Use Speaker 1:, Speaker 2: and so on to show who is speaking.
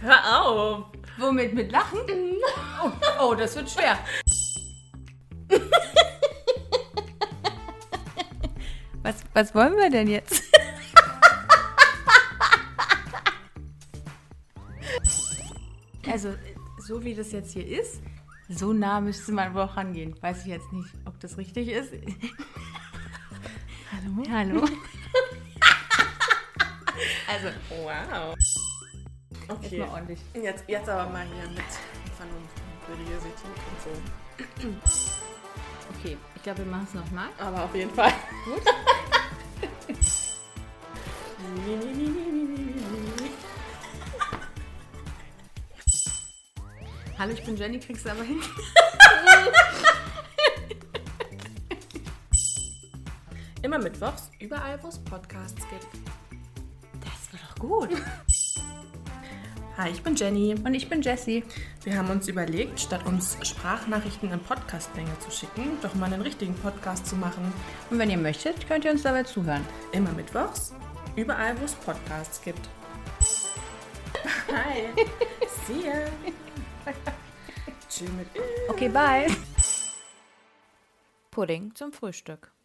Speaker 1: Hör auf.
Speaker 2: Womit? Mit Lachen? Oh, oh das wird schwer.
Speaker 3: Was, was wollen wir denn jetzt?
Speaker 2: Also, so wie das jetzt hier ist, so nah müsste man wohl auch rangehen. Weiß ich jetzt nicht, ob das richtig ist.
Speaker 3: Hallo?
Speaker 2: Hallo. also,
Speaker 1: Wow.
Speaker 2: jetzt
Speaker 1: Okay.
Speaker 2: mal ordentlich.
Speaker 1: Jetzt, jetzt aber mal hier mit Vernunft und Seriosität und so.
Speaker 2: Okay, ich glaube, wir machen es nochmal.
Speaker 1: Aber auf jeden Fall.
Speaker 2: Gut. Hallo, ich bin Jenny, kriegst du aber hin.
Speaker 1: Immer mittwochs, überall, wo es Podcasts gibt.
Speaker 2: Das wird doch gut.
Speaker 1: Hi, ich bin Jenny.
Speaker 3: Und ich bin Jessie.
Speaker 1: Wir haben uns überlegt, statt uns Sprachnachrichten in Podcastlänge zu schicken, doch mal einen richtigen Podcast zu machen.
Speaker 3: Und wenn ihr möchtet, könnt ihr uns dabei zuhören.
Speaker 1: Immer mittwochs, überall, wo es Podcasts gibt. Hi. See ya. Chill mit
Speaker 3: Okay, bye. Pudding zum Frühstück.